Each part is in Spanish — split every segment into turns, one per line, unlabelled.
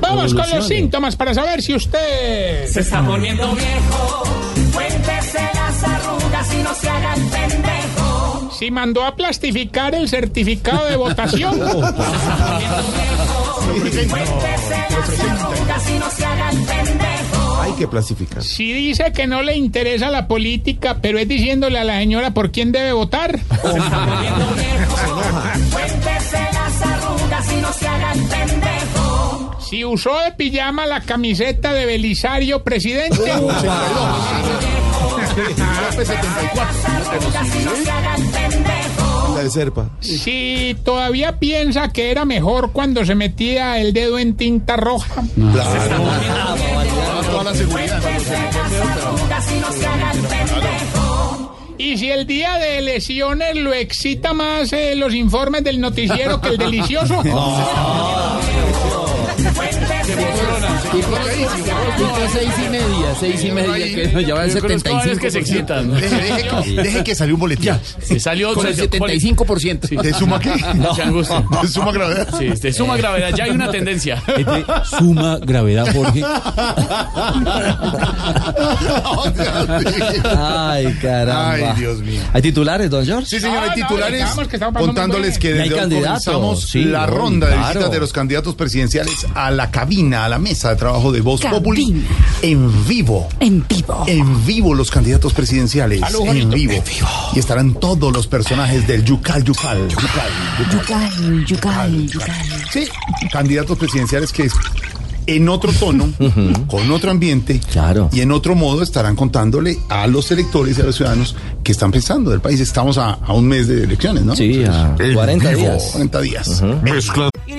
Vamos con los síntomas para saber si usted...
Se está poniendo viejo. Cuéntese las arrugas y no se haga el pendejo.
Si mandó a plastificar el certificado de votación.
Cuéntese las arrugas y no se haga el pendejo.
Hay que plastificar.
Si dice que no le interesa la política, pero es diciéndole a la señora por quién debe votar.
Se está poniendo viejo. Cuéntese las arrugas y no se haga el pendejo.
Si usó de pijama la camiseta de Belisario presidente.
Las arrugas y no se haga el pendejo.
La de Serpa.
Si todavía piensa que era mejor cuando se metía el dedo en tinta roja.
Cuéntese las arrugas y no se haga el pendejo.
Y si el día de elecciones lo excita más eh, los informes del noticiero que el delicioso.
Cuéntese
seis y media, seis y media, que nos lleva el 75%.
que se excitan.
Deje que salió un boletín.
Se salió
Con el
se-
75%.
¿Te suma qué?
Se angustia.
¿Te suma gravedad?
Sí, de suma gravedad, ya hay una tendencia.
Es de Este, suma gravedad, Jorge. Ay, caramba.
Ay, Dios mío.
¿Hay titulares, don George?
Sí, señores,
No, no,
titulares
digamos que estamos pasando
contándoles
muy bien.
que
Y hay
desde hoy
candidatos,
comenzamos
sí,
la
no,
ronda de
claro.
visitas de los candidatos presidenciales a la cabina, a la mesa de trabajo de Voz
Cabina.
Populi en vivo.
En vivo.
En vivo los candidatos presidenciales.
Aló,
en,
Juanito.
vivo. Y estarán todos los personajes del Yucal Yucal. Yucal, Yucal.
Yucal, yucal, yucal.
Sí, candidatos presidenciales que es en otro tono, con otro ambiente
Claro.
y en otro modo estarán contándole a los electores y a los ciudadanos que están pensando del país. Estamos a, a un mes de elecciones, ¿no?
Sí, a
En
40
vivo,
días.
40 días.
It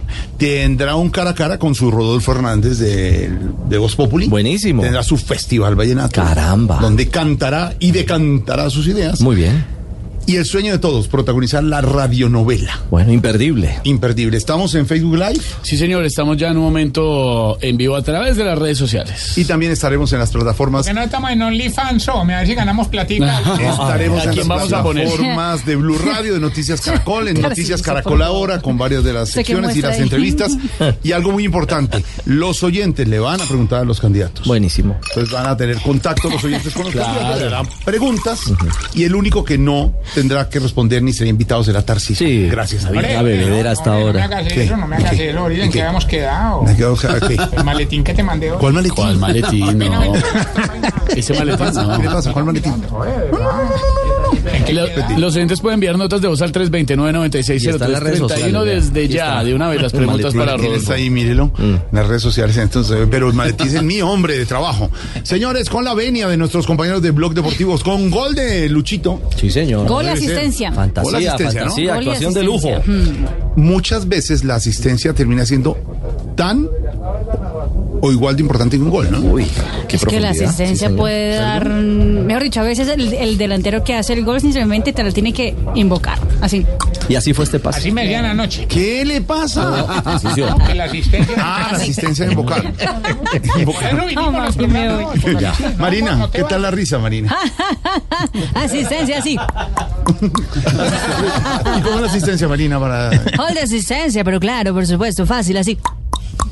tendrá un cara a cara con su Rodolfo Hernández de, de Voz Populi.
Buenísimo.
Tendrá su festival vallenato.
Caramba.
Donde cantará y decantará sus ideas.
Muy bien.
Y el sueño de todos, protagonizar la radionovela.
Bueno, imperdible.
Imperdible. Estamos en Facebook Live
Sí, señor, estamos ya en un momento en vivo a través de las redes sociales.
y también estaremos en las plataformas.
Que no estamos en OnlyFans, hombre, a ver si ganamos platica.
Estaremos
¿A
en
quién
las
vamos a poner?
plataformas de Blue Radio, de Noticias Caracol, en Noticias Caracol ahora, con varias de las
Sé que
secciones y
muestra
las
ahí.
entrevistas. Y algo muy importante, los oyentes le van a preguntar a los candidatos.
Buenísimo.
Entonces van a tener contacto los oyentes con los candidatos, le harán preguntas y el único que no tendrá que responder ni será invitado será Tarcisio.
Sí.
Gracias, David.
Hombre,
La bebedera hasta
hombre,
ahora.
No me hagas
¿Qué?
eso, no me hagas
¿Qué?
eso. Ahorita en
¿Qué?
que habíamos quedado.
Me quedo- ok.
El maletín que te mandé hoy.
¿Cuál maletín?
¿Cuál maletín? No. Ese maletín
¿Qué le
no.
pasa? ¿Cuál maletín?
Lo- los oyentes pueden enviar notas de voz al 329
Y están las redes
9603 31
sociales,
desde
ya.
ya,
Aquí
de una vez las preguntas
Maletín
para
lo tienes
Rodolfo. Mm.
ahí, mírelo, en las redes sociales. Entonces, pero el maletín es mi hombre de trabajo. Señores, con la venia de nuestros compañeros de Blog Deportivos, con gol de Luchito.
Sí, señor.
Gol y asistencia.
Gol,
Fantasía,
asistencia, ¿no?
fantasía,
Gol y
actuación de lujo.
asistencia.
Muchas veces la asistencia termina siendo tan o igual de importante que un gol, ¿no?
Es que la asistencia puede dar, mm, mejor dicho, a veces el, el delantero que hace el gol simplemente te lo tiene que invocar. Así.
Y así fue este pase.
Así me decían anoche.
¿Qué le pasa?
Sí, sí.
Que la asistencia.
Ah, la asistencia de invocar.
Eso vinimos
Ah,
los
me
primeros,
voy.
por la
Ya.
asistencia. No,
Marina,
no te
¿qué tal la risa, Marina?
Asistencia, así.
¿Y cómo es la asistencia, Marina, para...?
Gol de asistencia, pero claro, por supuesto, fácil, así.